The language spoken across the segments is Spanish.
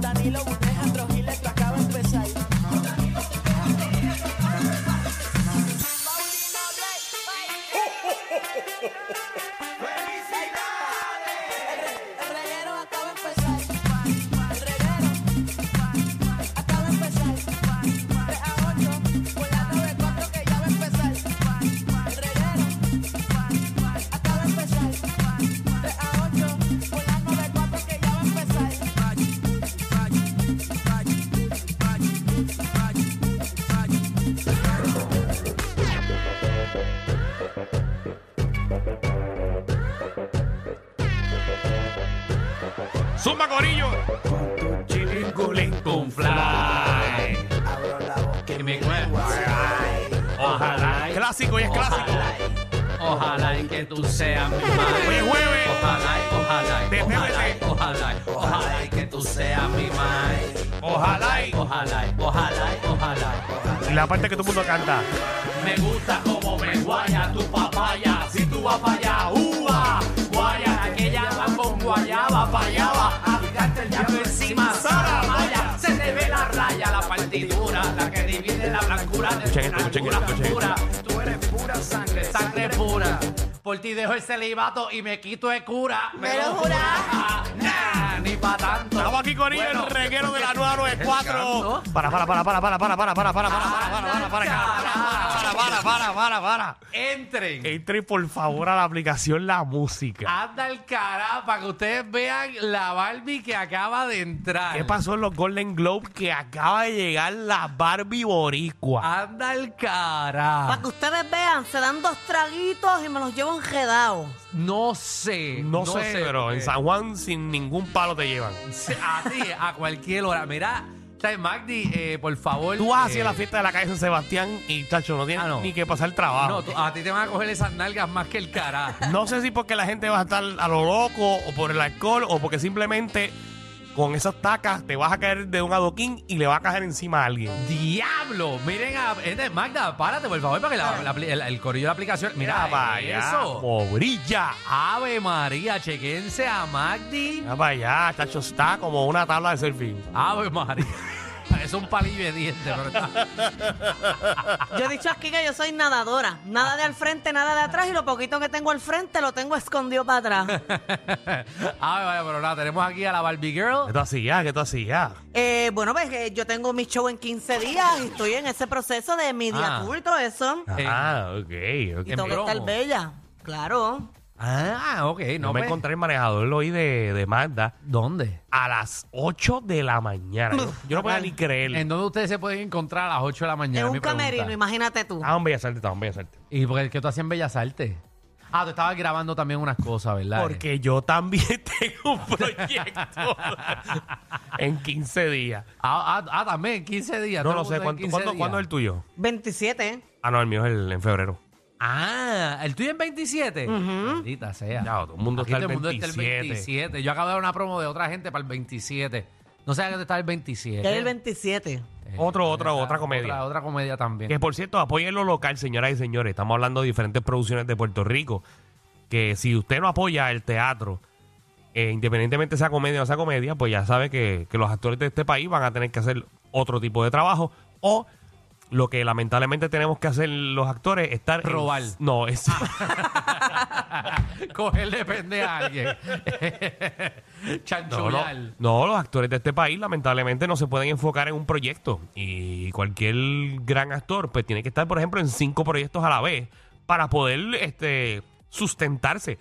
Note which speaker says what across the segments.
Speaker 1: tranquilo, Alejandro Giles, esto acaba de empezar. El reguero acaba de empezar. El reguero acaba de empezar. 3 a 8, por la 9-4 que ya va a empezar. El reguero acaba de empezar. 3 a 8, por la 9-4 que ya va a empezar.
Speaker 2: Zumba Corillo. Chilingulín con fly. Que me Ojalá. y-
Speaker 3: Clásico y es clásico.
Speaker 2: Ojalá. y- Ojalá y que tú seas mi madre.
Speaker 3: Hoy es jueves.
Speaker 2: Ojalá, y- ojalá, y-
Speaker 3: De
Speaker 2: ojalá, y-
Speaker 3: TVT.
Speaker 2: ojalá, y- ojalá y que tú seas mi madre.
Speaker 3: Ojalá y-
Speaker 2: Ojalá, y- ojalá, y- ojalá. y-
Speaker 3: Y la parte que todo el mundo canta.
Speaker 2: Me gusta como me guaya tu papaya. Si tú vas para allá, uva, guaya. Aquella va con guayaba, payaba. Habitaste el diablo encima, sala, maya. Se te ve la raya, la partitura. La que divide la blancura de
Speaker 3: Escuchen esto, escuchen esto, escuchen esto.
Speaker 2: Tú eres pura sangre, sangre pura. Por ti dejo el celibato y me quito de cura.
Speaker 1: Me lo jura.
Speaker 2: Ah, nah, ni pa' tanto.
Speaker 3: Estamos aquí con
Speaker 2: Bueno,
Speaker 3: el reguero de la
Speaker 2: ¿no?
Speaker 3: 994. Para, para, para, para, para, para, para, para, para, para, para, para, para, para, para, para, para, para, para, para.
Speaker 2: Entren.
Speaker 3: Entre por favor a la aplicación La Música.
Speaker 2: Anda el carajo para que ustedes vean la Barbie que acaba de entrar.
Speaker 3: ¿Qué pasó en los Golden Globes que acaba de llegar la Barbie Boricua?
Speaker 2: Anda el carajo.
Speaker 4: Para que ustedes vean, se dan dos traguitos y me los llevo enredados.
Speaker 2: No sé.
Speaker 3: No sé, eh. pero en San Juan sin ningún palo te llevan.
Speaker 2: Sí, A ti, a cualquier hora. Mira, está en Magdi, eh, por favor.
Speaker 3: Tú vas
Speaker 2: eh,
Speaker 3: hacia la fiesta de la calle San Sebastián y, tacho, no tienes
Speaker 2: Ah, no.
Speaker 3: ni que pasar trabajo.
Speaker 2: No, tú- a ti te van a coger esas nalgas más que el carajo.
Speaker 3: No sé si porque la gente va a estar a lo loco o por el alcohol o porque simplemente con esas tacas te vas a caer de un adoquín y le va a caer encima a alguien.
Speaker 2: ¡Diablo! Miren a. Este, Magda, párate, por favor, para que la- la- el, el corillo de la aplicación. Mira,
Speaker 3: para Ah. allá,
Speaker 2: eso.
Speaker 3: pobrilla.
Speaker 2: Ave María, chequense a Magdi.
Speaker 3: Mira para allá, chacho, está como una tabla de surfing.
Speaker 2: Ave María. es un palillo de dientes, pero está-
Speaker 4: Yo he dicho aquí que yo soy nadadora. Nada de al frente, nada de atrás y lo poquito que tengo al frente lo tengo escondido para atrás.
Speaker 2: Ay, Ah, vaya, pero nada, tenemos aquí a la Barbie
Speaker 3: ¿Qué
Speaker 2: Girl.
Speaker 3: tú hacías? ¿Qué tú hacías?
Speaker 4: Eh, bueno, pues eh, yo tengo mi show en 15 días y estoy en ese proceso de media
Speaker 2: Ah.
Speaker 4: tour y todo eso.
Speaker 2: Eh,
Speaker 3: Ah, ok,
Speaker 4: Y
Speaker 3: ok.
Speaker 2: en
Speaker 4: tengo que
Speaker 2: promo.
Speaker 4: estar bella. Claro.
Speaker 2: Ah, ok. No,
Speaker 3: No me
Speaker 2: pues,
Speaker 3: encontré el manejador, lo oí de, de Magda
Speaker 2: ¿Dónde?
Speaker 3: a las 8 de la mañana. Yo, yo no podía ni creer.
Speaker 2: ¿En dónde ustedes se pueden encontrar a las 8 de la mañana?
Speaker 4: en
Speaker 2: mi
Speaker 4: un
Speaker 2: pregunta? Ah.
Speaker 4: camerino, imagínate tú.
Speaker 3: Estaban Ah, Bellas Artes, estaban Bellas Artes.
Speaker 2: ¿Y por qué tú hacías en Bellas Artes? Ah, tú estabas grabando también unas cosas, ¿verdad?
Speaker 3: Porque yo también tengo un proyecto en 15 días.
Speaker 2: Ah, ah, ah, también, 15 días.
Speaker 3: No,
Speaker 2: todo
Speaker 3: no
Speaker 2: el
Speaker 3: sé,
Speaker 2: mundo
Speaker 3: ¿cuánto,
Speaker 2: en 15
Speaker 3: ¿cuándo,
Speaker 2: días.
Speaker 3: cuándo es el tuyo?
Speaker 4: 27.
Speaker 3: Ah, no, el mío es el, en febrero.
Speaker 2: Ah, ¿el tuyo en 27? Maldita sea.
Speaker 3: Ya, todo el mundo
Speaker 2: Aquí
Speaker 3: está el
Speaker 2: todo el mundo está el
Speaker 3: 27.
Speaker 2: 27. Yo acabo de dar una promo de otra gente para el 27. No sé a qué está el 27.
Speaker 4: Ya hay el 27.
Speaker 2: Eh,
Speaker 3: Otro, otra, otra
Speaker 2: Otra,
Speaker 3: comedia.
Speaker 2: otra comedia también.
Speaker 3: Que por cierto, apoyen lo local, señoras y señores. Estamos hablando de diferentes producciones de Puerto Rico. Que si usted no apoya el teatro, eh, independientemente sea comedia o no sea comedia, pues ya sabe que, que los actores de este país van a tener que hacer otro tipo de trabajo. O lo que lamentablemente tenemos que hacer los actores, estar. en-
Speaker 2: Robar.
Speaker 3: no, es.
Speaker 2: Cogerle pende a alguien.
Speaker 3: No, no,
Speaker 2: Chanchullar.
Speaker 3: no, los actores de este país lamentablemente no se pueden enfocar en un proyecto. Y cualquier gran actor pues tiene que estar, por ejemplo, en cinco proyectos a la vez para poder este, sustentarse.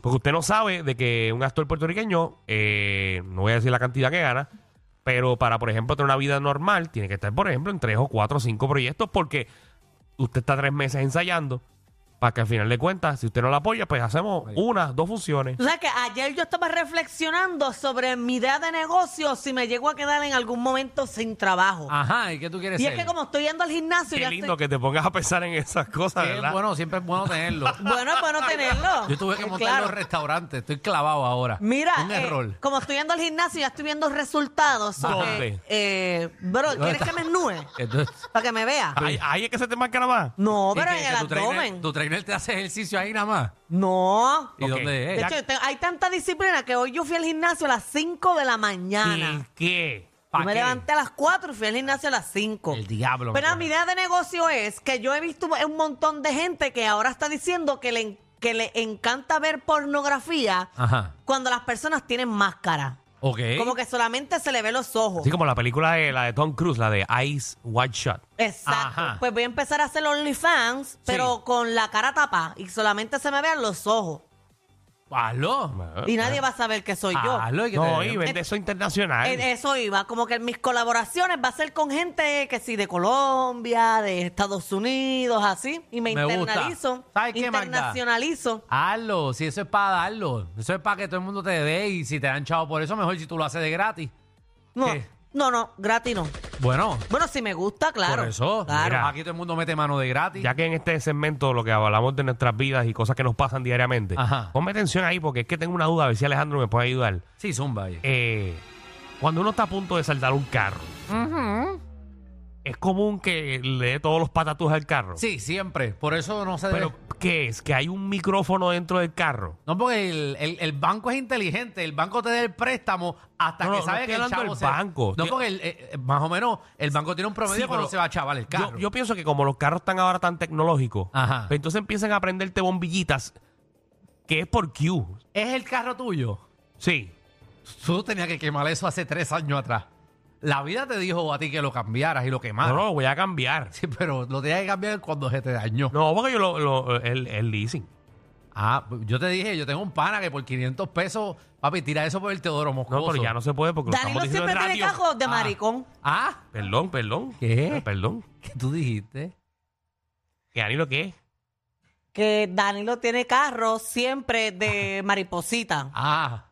Speaker 3: Porque usted no sabe de que un actor puertorriqueño, eh, no voy a decir la cantidad que gana, pero para, por ejemplo, tener una vida normal, tiene que estar, por ejemplo, en tres o cuatro o cinco proyectos porque usted está tres meses ensayando para que al final de cuentas, si usted no la apoya, pues hacemos una, dos funciones.
Speaker 4: Tú sabes que ayer yo estaba reflexionando sobre mi idea de negocio si me llego a quedar en algún momento sin trabajo.
Speaker 2: Ajá, ¿y qué tú quieres
Speaker 4: Y es
Speaker 2: ser?
Speaker 4: que como estoy yendo al gimnasio,
Speaker 3: Qué
Speaker 4: ya
Speaker 3: lindo
Speaker 4: estoy-
Speaker 3: que te pongas a pensar en esas cosas,
Speaker 2: Sí, es
Speaker 3: ¿verdad?
Speaker 2: bueno, siempre es bueno tenerlo.
Speaker 4: Bueno, es bueno tenerlo. Eh,
Speaker 2: Yo tuve que montar
Speaker 4: Claro.
Speaker 2: los restaurantes, estoy clavado ahora.
Speaker 4: Mira,
Speaker 2: un
Speaker 4: eh,
Speaker 2: error.
Speaker 4: como estoy yendo al gimnasio, ya estoy viendo resultados.
Speaker 3: ¿Dónde?
Speaker 4: Eh, eh, bro, ¿quieres que me esnúe?
Speaker 2: Entonces,
Speaker 4: Para que me vea.
Speaker 3: Ahí, ahí es que se te marca nada más.
Speaker 4: No,
Speaker 2: ¿y
Speaker 4: pero
Speaker 2: qué?
Speaker 4: en el
Speaker 2: ¿Que tu trainer-
Speaker 4: abdomen.
Speaker 2: Tu trainer te hace ejercicio ahí nada más.
Speaker 4: No.
Speaker 2: ¿Y
Speaker 3: Ok.
Speaker 2: dónde es?
Speaker 4: De hecho, yo tengo- hay tanta disciplina que hoy yo fui al gimnasio a las 5 de la mañana.
Speaker 3: ¿Y qué?
Speaker 4: Yo
Speaker 2: ¿Pa'
Speaker 4: me
Speaker 2: qué?
Speaker 4: levanté a las 4 y fui al gimnasio a las 5.
Speaker 2: El diablo,
Speaker 4: Pero
Speaker 2: mano.
Speaker 4: mi idea de negocio es que yo he visto un montón de gente que ahora está diciendo que le, en- que le encanta ver pornografía
Speaker 2: Ajá.
Speaker 4: cuando las personas tienen máscara.
Speaker 2: Ok.
Speaker 4: Como que solamente se le ve los ojos.
Speaker 3: Así como la película de la de Tom Cruise, la de Eyes Wide Shut.
Speaker 4: Exacto.
Speaker 2: Ajá.
Speaker 4: Pues voy a empezar a hacer OnlyFans, pero
Speaker 2: Sí.
Speaker 4: con la cara tapada y solamente se me vean los ojos.
Speaker 2: Hazlo.
Speaker 4: Y nadie va a saber que soy yo.
Speaker 2: Hazlo y que
Speaker 3: No,
Speaker 2: te-
Speaker 3: y vende eso internacional.
Speaker 4: En eso iba, como que mis colaboraciones va a ser con gente que sí, de Colombia, de Estados Unidos, así. Y me,
Speaker 2: Me gusta.
Speaker 4: internalizo.
Speaker 2: ¿Sabes qué, Magda?
Speaker 4: internacionalizo.
Speaker 2: Hazlo, si eso es para darlo. Eso es para que todo el mundo te dé y si te dan chavo por eso, mejor si tú lo haces de gratis.
Speaker 4: No,
Speaker 2: ¿Qué?
Speaker 4: no, no, gratis no.
Speaker 2: Bueno,
Speaker 4: Bueno, si me gusta, claro.
Speaker 2: por eso,
Speaker 4: Claro.
Speaker 2: mira, aquí todo el mundo mete mano de gratis.
Speaker 3: Ya que en este segmento lo que hablamos de nuestras vidas y cosas que nos pasan diariamente,
Speaker 2: Ajá.
Speaker 3: ponme atención ahí porque es que tengo una duda, a ver si Alejandro me puede ayudar.
Speaker 2: Sí, zumba. oye.
Speaker 3: Eh, cuando uno está a punto de saltar un carro, es común que le dé todos los patatús al carro.
Speaker 2: Sí, siempre. Por eso no se
Speaker 3: Pero,
Speaker 2: debe-
Speaker 3: ¿qué es? Que hay un micrófono dentro del carro.
Speaker 2: No, porque el, el- el banco es inteligente. El banco te da el préstamo hasta
Speaker 3: No,
Speaker 2: que
Speaker 3: no,
Speaker 2: sabe
Speaker 3: no
Speaker 2: que
Speaker 3: estoy
Speaker 2: el
Speaker 3: hablando del
Speaker 2: chavo se-
Speaker 3: banco.
Speaker 2: No,
Speaker 3: Yo-
Speaker 2: porque el- eh, eh, más o menos el banco tiene un promedio
Speaker 3: Sí,
Speaker 2: pero
Speaker 3: pero
Speaker 2: se va a chaval el carro.
Speaker 3: Yo, yo pienso que como los carros están ahora tan tecnológicos,
Speaker 2: Ajá.
Speaker 3: pues entonces empiezan a aprenderte bombillitas que es por Q.
Speaker 2: ¿Es el carro tuyo?
Speaker 3: Sí.
Speaker 2: Tú tenías que quemar eso hace tres años atrás. La vida te dijo a ti que lo cambiaras y lo quemaras.
Speaker 3: No, no, lo voy a cambiar.
Speaker 2: Sí, pero lo tenías que cambiar cuando se te dañó.
Speaker 3: No, porque yo lo, lo- el, el leasing.
Speaker 2: Ah, yo te dije, yo tengo un pana que por 500 pesos, papi, tira eso por el Teodoro Moscoso.
Speaker 3: No, pero ya no se puede porque lo
Speaker 4: Danilo
Speaker 3: estamos diciendo
Speaker 4: siempre
Speaker 3: en
Speaker 4: tiene
Speaker 3: radio.
Speaker 4: cajos de
Speaker 2: Ah.
Speaker 4: maricón.
Speaker 2: Ah,
Speaker 3: Perdón, perdón.
Speaker 2: ¿Qué?
Speaker 3: Ah, Perdón.
Speaker 2: ¿qué tú dijiste?
Speaker 3: ¿Qué Danilo qué?
Speaker 4: Que Danilo tiene carros siempre de mariposita.
Speaker 2: Ah,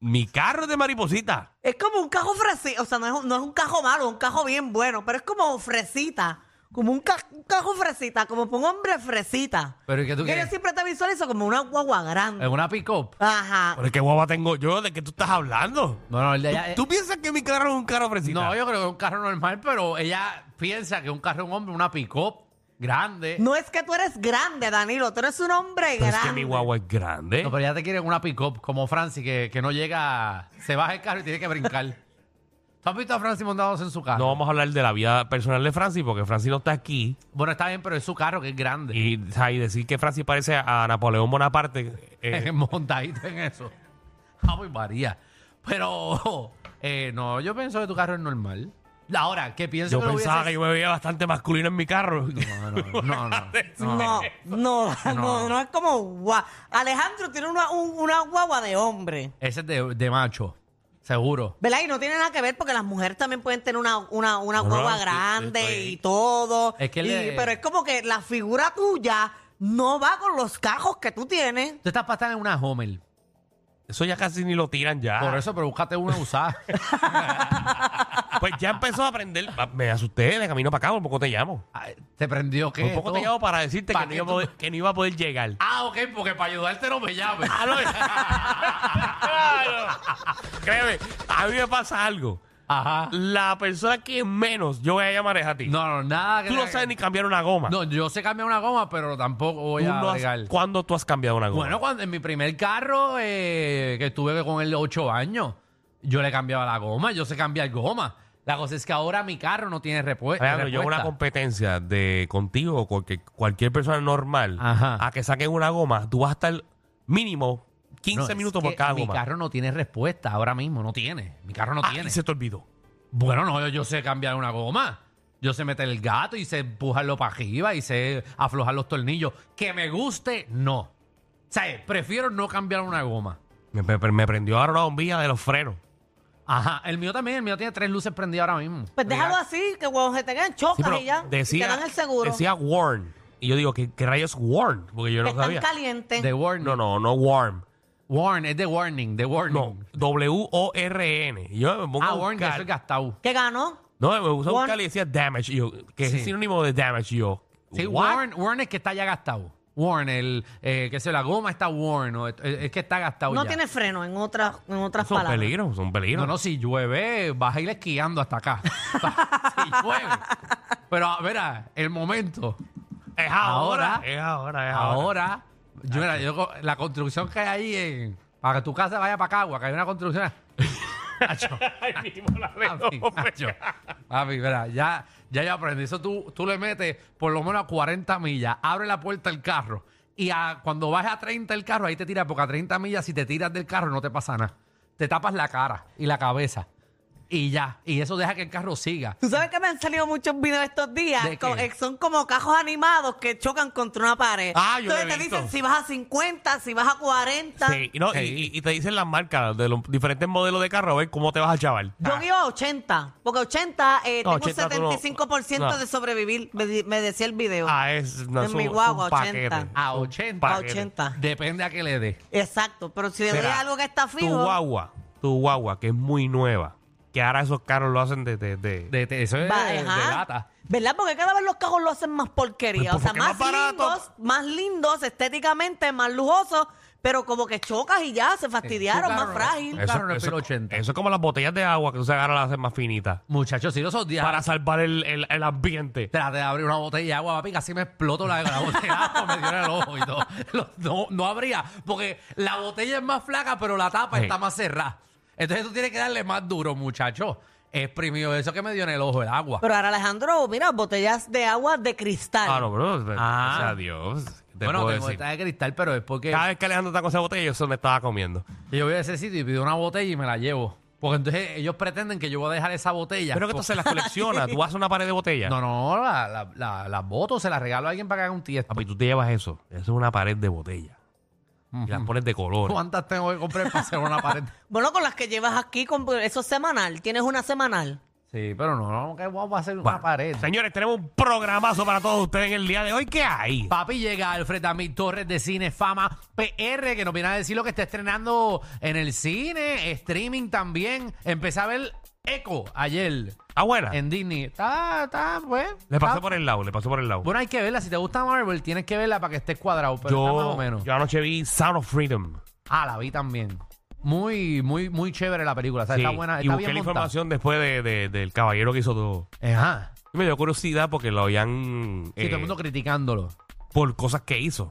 Speaker 3: Mi carro es de mariposita.
Speaker 4: Es como un cajo fresita, o sea, no es, un- no es un cajo malo, es un cajo bien bueno, pero es como fresita, como un, ca- un cajo fresita, como para un hombre fresita.
Speaker 2: pero ¿y qué tú
Speaker 4: Que yo
Speaker 2: quieres?
Speaker 4: siempre te visualizo como una guagua grande.
Speaker 2: ¿En una pick-up?
Speaker 4: Ajá.
Speaker 3: Pero qué guapa tengo yo, ¿de qué tú estás hablando?
Speaker 2: No, no, el de ella...
Speaker 3: ¿Tú piensas que mi carro es un carro fresita?
Speaker 2: No, yo creo que es un carro normal, pero ella piensa que un carro es un hombre, una pick-up grande.
Speaker 4: No es que tú eres grande, Danilo, tú eres un hombre
Speaker 3: Pero
Speaker 4: grande.
Speaker 3: es que mi guagua es grande.
Speaker 2: No, pero ya te quieren una pick-up, como Franci, que, que no llega, se baja el carro y tiene que brincar. ¿Tú has visto a Franci montándose en su carro?
Speaker 3: No vamos a hablar de la vida personal de Francis porque Francis no está aquí.
Speaker 2: Bueno, está bien, pero es su carro que es grande.
Speaker 3: Y, o sea, y decir que Francis parece a Napoleón Bonaparte. eh,
Speaker 2: Montadito en eso. Vamos, María. Pero, eh, no, yo pienso que tu carro es normal. Ahora, que pienso
Speaker 3: yo
Speaker 2: que lo
Speaker 3: pensaba que
Speaker 2: hubieses-
Speaker 3: yo me veía bastante masculino en mi carro.
Speaker 2: No, no, no, no, no.
Speaker 4: No, no, no,
Speaker 2: No.
Speaker 4: no es como guau. Alejandro tiene una, un- una guagua de hombre.
Speaker 2: Ese es de, de macho, seguro.
Speaker 4: ¿Verdad? Y no tiene nada que ver porque las mujeres también pueden tener una, una, una
Speaker 3: No,
Speaker 4: guagua
Speaker 3: sí,
Speaker 4: grande
Speaker 3: estoy-
Speaker 4: y todo.
Speaker 2: Es que
Speaker 4: Y-
Speaker 2: le-
Speaker 4: Pero es como que la figura tuya no va con los cajos que tú tienes.
Speaker 2: Tú estás pasando en una Homer.
Speaker 3: Eso ya casi ni lo tiran ya.
Speaker 2: Por eso, pero búscate una usada.
Speaker 3: Pues ya empezó a aprender. Ah, Me asusté de camino para acá, por poco te llamo.
Speaker 2: Ay, ¿Te prendió qué?
Speaker 3: Por poco te
Speaker 2: ¿Todo?
Speaker 3: llamo para decirte
Speaker 2: ¿Para
Speaker 3: que no,
Speaker 2: qué
Speaker 3: iba a
Speaker 2: tú-
Speaker 3: poder, que no iba a poder llegar.
Speaker 2: Ah, ok, porque para ayudarte no me llames.
Speaker 3: Ah, Claro.
Speaker 2: Ah.
Speaker 3: Créeme, a mí me pasa algo.
Speaker 2: Ajá.
Speaker 3: La persona que menos yo voy a llamar es a ti.
Speaker 2: No, no, nada que
Speaker 3: Tú no sabes ni cambiar una goma.
Speaker 2: No, yo sé cambiar una goma, pero tampoco voy
Speaker 3: Tú
Speaker 2: a
Speaker 3: no has-
Speaker 2: bregar.
Speaker 3: ¿Cuándo tú has cambiado una goma?
Speaker 2: Bueno, cuando en mi primer carro, eh, que estuve con él ocho años, yo le cambiaba la goma, yo sé cambiar goma. La cosa es que ahora mi carro no tiene repuesto.
Speaker 3: Alejandro, yo hago una competencia de contigo o cualquier, cualquier persona normal
Speaker 2: Ajá.
Speaker 3: a que saquen una goma, tú vas a estar mínimo 15 minutos por cada
Speaker 2: Mi
Speaker 3: goma.
Speaker 2: carro no tiene respuesta ahora mismo, no tiene. Mi carro no
Speaker 3: Ah,
Speaker 2: tiene.
Speaker 3: y se te olvidó.
Speaker 2: Bueno, no, yo, yo sé cambiar una goma. Yo sé meter el gato y sé empujarlo para arriba y sé aflojar los tornillos. Que me guste, no. O sea, prefiero no cambiar una goma.
Speaker 3: Me, me- me prendió ahora una bombilla de los frenos.
Speaker 2: Ajá, el mío también, el mío tiene tres luces prendidas ahora mismo.
Speaker 4: Pues déjalo
Speaker 2: Mira,
Speaker 4: así, que cuando se te quedan chocas
Speaker 3: Sí, pero
Speaker 4: y ya. y
Speaker 3: decía,
Speaker 4: te dan el seguro.
Speaker 3: Decía warn. Y yo digo, ¿qué, qué rayos warn? Porque yo
Speaker 4: que
Speaker 3: no
Speaker 4: están
Speaker 3: sabía.
Speaker 4: calientes.
Speaker 2: The warning.
Speaker 3: No, no, no warm.
Speaker 2: Warn, es de warning, de warning.
Speaker 3: No, W-O-R-N. Y Yo me pongo
Speaker 2: Mm. Ah,
Speaker 3: a
Speaker 2: warning,
Speaker 3: buscar.
Speaker 2: eso es gastado.
Speaker 4: ¿Qué ganó?
Speaker 3: No, me gusta
Speaker 4: Warn.
Speaker 3: buscar y decía damage. Y yo, que
Speaker 2: Sí.
Speaker 3: es sinónimo de damage. Y yo,
Speaker 2: Sí,
Speaker 3: what?
Speaker 2: warn, warn es que está ya gastado. Warn, el eh, que se la goma está warn, o es, es que está gastado
Speaker 4: No
Speaker 2: ya.
Speaker 4: tiene freno, en otras, en otras
Speaker 3: Son
Speaker 4: palabras.
Speaker 3: peligros, son peligros.
Speaker 2: No, no, si llueve, vas a ir esquiando hasta acá. si llueve. Pero, a- verá, el momento.
Speaker 3: Es ahora,
Speaker 2: Ahora.
Speaker 3: Es ahora, es ahora.
Speaker 2: Ahora, yo, mira, yo co- la construcción que hay ahí en. Para que tu casa vaya para Cagua, que hay una construcción. Acho.
Speaker 3: Ay, mismo la de
Speaker 2: Papi,
Speaker 3: hombre.
Speaker 2: macho. Papi, verá, ya, ya yo aprendí. Eso tú, tú le metes por lo menos a 40 millas, abre la puerta del carro y a- cuando vas a 30 el carro, ahí te tiras, porque a 30 millas si te tiras del carro no te pasa nada. Te tapas la cara y la cabeza y ya. Y eso deja que el carro siga.
Speaker 4: Tú sabes que me han salido muchos videos estos días.
Speaker 2: ¿De
Speaker 4: con-
Speaker 2: qué?
Speaker 4: eh, son como cajos animados que chocan contra una pared.
Speaker 2: Ah, yo lo he
Speaker 4: Entonces te
Speaker 2: visto.
Speaker 4: dicen si vas a 50, si vas a 40.
Speaker 3: Sí, y, no, y-
Speaker 2: Sí.
Speaker 3: y- y te dicen las marcas de los diferentes modelos de carro, a ver cómo te vas a chaval.
Speaker 4: Yo guío a 80, porque 80 eh,
Speaker 3: Ah. No,
Speaker 4: tengo
Speaker 3: 80 tú no-
Speaker 4: un 75%
Speaker 3: no.
Speaker 4: de sobrevivir, me, di- me decía el video.
Speaker 3: Ah, es, no,
Speaker 4: En
Speaker 3: es un-
Speaker 4: mi
Speaker 3: es un
Speaker 4: guagua,
Speaker 3: paquete. Ah,
Speaker 4: 80.
Speaker 2: A
Speaker 4: a
Speaker 2: 80.
Speaker 3: paquete.
Speaker 4: 80.
Speaker 2: Depende a qué le dé.
Speaker 4: Exacto, pero si le doy
Speaker 3: Mira,
Speaker 4: algo que está
Speaker 3: Tu
Speaker 4: fijo,
Speaker 3: guagua, tu guagua, que es muy nueva, que ahora esos carros lo hacen de... de- de-
Speaker 2: De, de- eso es
Speaker 4: va,
Speaker 3: eh,
Speaker 2: de, de
Speaker 4: ajá.
Speaker 2: lata.
Speaker 4: ¿Verdad? Porque cada vez los cajos lo hacen más porquería.
Speaker 3: Pues,
Speaker 4: o sea,
Speaker 3: porque es
Speaker 4: más,
Speaker 3: más barato.
Speaker 4: lindos, más lindos estéticamente, más lujosos, pero como que chocas y ya, se fastidiaron,
Speaker 2: Tu
Speaker 4: más
Speaker 2: carro-
Speaker 4: frágil.
Speaker 2: tu carro no es pelo 80.
Speaker 3: eso es como las botellas de agua que tú sabes ahora las hacen más finitas.
Speaker 2: Muchachos, si no esos días
Speaker 3: Para salvar el, el- el ambiente.
Speaker 2: Traté de abrir una botella de agua, papi, casi me exploto la, la botella de agua, me dio en el ojo y todo. Lo- No, no abría, porque la botella es más flaca, pero la tapa
Speaker 3: Sí.
Speaker 2: está más cerrada. Entonces tú tienes que darle más duro, muchacho. He exprimido eso que me dio en el ojo, el agua.
Speaker 4: Pero ahora, Alejandro, mira, botellas de agua de cristal.
Speaker 3: Ah, no, bro.
Speaker 2: Ah.
Speaker 3: Gracias a Dios. ¿qué te
Speaker 2: bueno,
Speaker 3: puedo
Speaker 2: tengo
Speaker 3: decir?
Speaker 2: esta de cristal, pero es porque
Speaker 3: Cada vez que Alejandro está con esa botella, yo sé dónde estaba comiendo.
Speaker 2: yo voy a ese sitio y pido una botella y me la llevo. Porque entonces ellos pretenden que yo voy a dejar esa botella.
Speaker 3: Pero que tú se las coleccionas. Tú haces una pared de botellas.
Speaker 2: No, no, la, la, la- las boto, se las regalo a alguien para que haga un tiesto.
Speaker 3: Papi, tú te llevas eso. Eso es una pared de botellas. Y las pones de color.
Speaker 2: ¿Cuántas tengo que comprar para hacer una pared?
Speaker 4: Bueno, con las que llevas aquí, con, eso es semanal. Tienes una semanal.
Speaker 2: Sí, pero no, no, que vamos a hacer una pared.
Speaker 3: Señores, tenemos un programazo para todos ustedes en el día de hoy. ¿Qué hay?
Speaker 2: Papi llega Alfred David Torres de Cinefama PR, que nos viene a decir lo que está estrenando en el cine, streaming también. Empecé a ver Echo ayer
Speaker 3: Ah, buena.
Speaker 2: en Disney. Está, está, pues.
Speaker 3: Le
Speaker 2: está-
Speaker 3: pasó por el lado, le pasó por el lado.
Speaker 2: Bueno, hay que verla. Si te gusta Marvel, tienes que verla para que estés cuadrado, pero está más o
Speaker 3: yo,
Speaker 2: menos.
Speaker 3: yo anoche vi Sound of Freedom.
Speaker 2: Ah, la vi también. Muy, muy, muy chévere la película. O sea,
Speaker 3: Sí,
Speaker 2: está buena,
Speaker 3: y
Speaker 2: está
Speaker 3: busqué
Speaker 2: bien
Speaker 3: la
Speaker 2: montada.
Speaker 3: información después de, de- del caballero que hizo todo.
Speaker 2: Ajá.
Speaker 3: Y me dio curiosidad porque lo habían...
Speaker 2: Y todo
Speaker 3: eh,
Speaker 2: el mundo criticándolo.
Speaker 3: por cosas que hizo.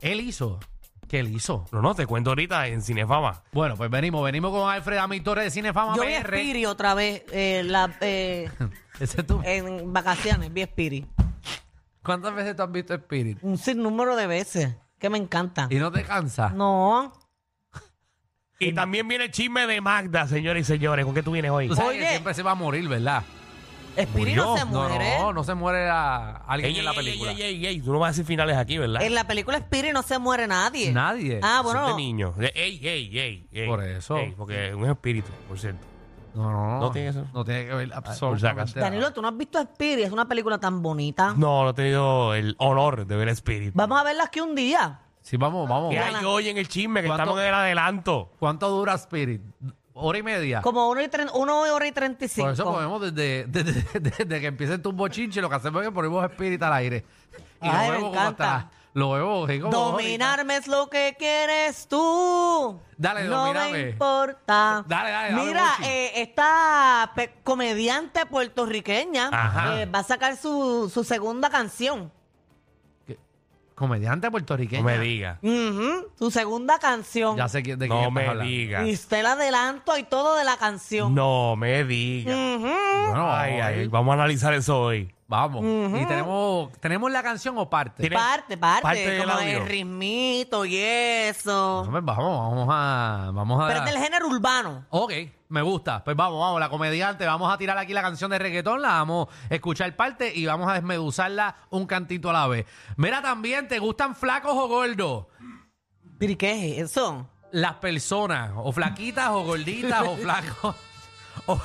Speaker 2: Él hizo. ¿Qué él hizo?
Speaker 3: No, no, te cuento ahorita en Cinefama.
Speaker 2: Bueno, pues venimos, venimos con Alfred David Torres de Cinefama
Speaker 4: Yo vi
Speaker 2: PR.
Speaker 4: Spiri otra vez eh, la- eh,
Speaker 2: Ese es tu-
Speaker 4: en vacaciones, vi Spiri.
Speaker 2: ¿Cuántas veces tú has visto Spirit?
Speaker 4: Un sinnúmero de veces, que me encanta.
Speaker 2: ¿Y no te cansa?
Speaker 4: No.
Speaker 3: Y también viene el chisme de Magda, señores y señores. ¿Con qué tú vienes hoy?
Speaker 2: Tú sabes que
Speaker 4: Oye.
Speaker 2: siempre se va a morir, ¿verdad?
Speaker 4: Spiri no se muere.
Speaker 2: No, no, no se muere la- alguien
Speaker 3: Ey,
Speaker 2: en la
Speaker 3: ey,
Speaker 2: película.
Speaker 3: ey, ey, ey, Tú no vas a decir finales aquí, ¿verdad?
Speaker 4: En la película Spiri no se muere nadie.
Speaker 2: Nadie.
Speaker 4: Ah,
Speaker 3: Eso es
Speaker 4: bueno.
Speaker 3: de niño. De- Ey, ey, ey, ey.
Speaker 2: Por eso.
Speaker 3: Ey, porque es un espíritu, por cierto.
Speaker 2: No, no, no.
Speaker 3: No tiene eso.
Speaker 2: No tiene que ver
Speaker 3: por si acaso.
Speaker 2: absolutamente.
Speaker 4: Danilo, tú no has visto Spiri, es una película tan bonita.
Speaker 3: No, no he tenido el honor de ver espíritu.
Speaker 4: Ah. Vamos a verla aquí un día.
Speaker 2: Sí, vamos, vamos.
Speaker 3: ¿Qué hay hoy en el chisme? Que
Speaker 2: ¿Cuánto?
Speaker 3: estamos en el adelanto.
Speaker 2: ¿Cuánto dura Spirit? ¿Hora y media?
Speaker 4: Como una, y tren- una hora y treinta y cinco.
Speaker 2: Por eso comemos desde, desde, desde que empiecen tus bochinches, lo que hacemos es que ponemos Spirit al aire. Y
Speaker 4: Ay,
Speaker 2: lo
Speaker 4: me
Speaker 2: vemos como
Speaker 4: encanta.
Speaker 2: hasta... Lo vemos así como...
Speaker 4: Dominarme es lo que quieres tú.
Speaker 2: Dale,
Speaker 4: no
Speaker 2: domíname.
Speaker 4: me importa.
Speaker 2: Dale, dale, dale,
Speaker 4: Mira,
Speaker 2: Mochi.
Speaker 4: eh, esta pe- comediante
Speaker 3: Ajá.
Speaker 4: puertorriqueña eh, va a sacar su, su segunda canción.
Speaker 2: Comediante puertorriqueño.
Speaker 3: No me diga.
Speaker 4: Ujú, su segunda canción.
Speaker 2: Ya sé quién- de quién
Speaker 3: No
Speaker 2: estás
Speaker 3: me
Speaker 2: hablando.
Speaker 3: diga.
Speaker 4: Y usted el adelanto y todo de la canción.
Speaker 3: No me diga.
Speaker 4: Mm. Ujú.
Speaker 2: Bueno,
Speaker 3: Ay, ay,
Speaker 2: ahí-
Speaker 3: vamos a analizar eso hoy.
Speaker 2: Vamos. Y tenemos, tenemos la canción o parte.
Speaker 3: Tiene-
Speaker 4: Parte, parte,
Speaker 3: parte del
Speaker 4: como
Speaker 3: audio.
Speaker 4: el ritmito y eso.
Speaker 2: Hombre, vamos, vamos a. Vamos a.
Speaker 4: Pero es del género urbano.
Speaker 2: Ok, me gusta. Pues vamos, vamos, la comediante. Vamos a tirar aquí la canción de reggaetón, la vamos a escuchar parte y vamos a desmeduzarla un cantito a la vez. Mira también, ¿te gustan flacos o gordos?
Speaker 4: ¿Pero y qué es eso?
Speaker 2: Las personas, o flaquitas o gorditas o flacos. O-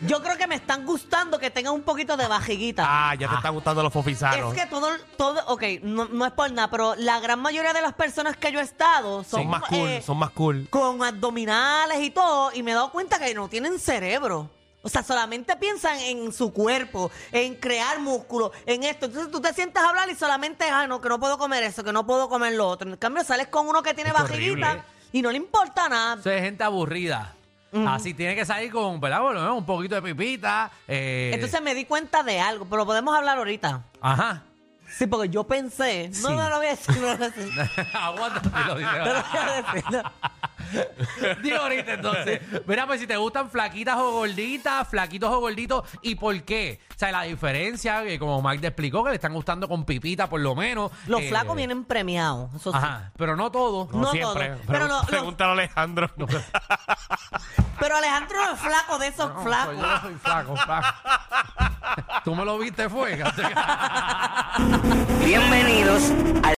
Speaker 4: Yo creo que me están gustando que tengan un poquito de bajiguita.
Speaker 3: Ah, ya te están gustando los fofisanos.
Speaker 4: Es que todo, todo, ok, no, no es por nada, pero la gran mayoría de las personas que yo he estado son,
Speaker 3: son más cool,
Speaker 4: eh,
Speaker 3: son más cool.
Speaker 4: con abdominales y todo, y me he dado cuenta que no tienen cerebro. O sea, solamente piensan en su cuerpo, en crear músculo, en esto. Entonces tú te sientas a hablar y solamente, ah, no, que no puedo comer eso, que no puedo comer lo otro. En cambio, sales con uno que tiene
Speaker 3: Es horrible.
Speaker 4: bajiguita y no le importa nada.
Speaker 2: eso es gente aburrida. Así tiene que salir con, ¿verdad? Bueno, un poquito de pipita. eh,
Speaker 4: Entonces me di cuenta de algo, pero podemos hablar ahorita.
Speaker 2: Ajá.
Speaker 4: Sí, porque yo pensé.
Speaker 2: Sí.
Speaker 4: No, no lo voy a decir, no lo voy a decir.
Speaker 2: Aguanta. y lo dice.
Speaker 4: No lo voy a decir, no.
Speaker 2: Digo ahorita entonces. Mira, pues si te gustan flaquitas o gorditas, flaquitos o gorditos, ¿y por qué? O sea, la diferencia, que como Mike te explicó, que le están gustando con pipita por lo menos.
Speaker 4: Los
Speaker 2: eh,
Speaker 4: flacos vienen premiados. Eso sí.
Speaker 2: Ajá, pero no todos.
Speaker 4: No
Speaker 3: siempre.
Speaker 4: todo. Pero lo- lo-
Speaker 3: Pregúntale a Alejandro.
Speaker 4: Pero Alejandro no es flaco de esos
Speaker 2: No,
Speaker 4: flacos.
Speaker 2: soy- Yo soy flaco, flaco. Tú me lo viste, fue.
Speaker 5: Bienvenidos al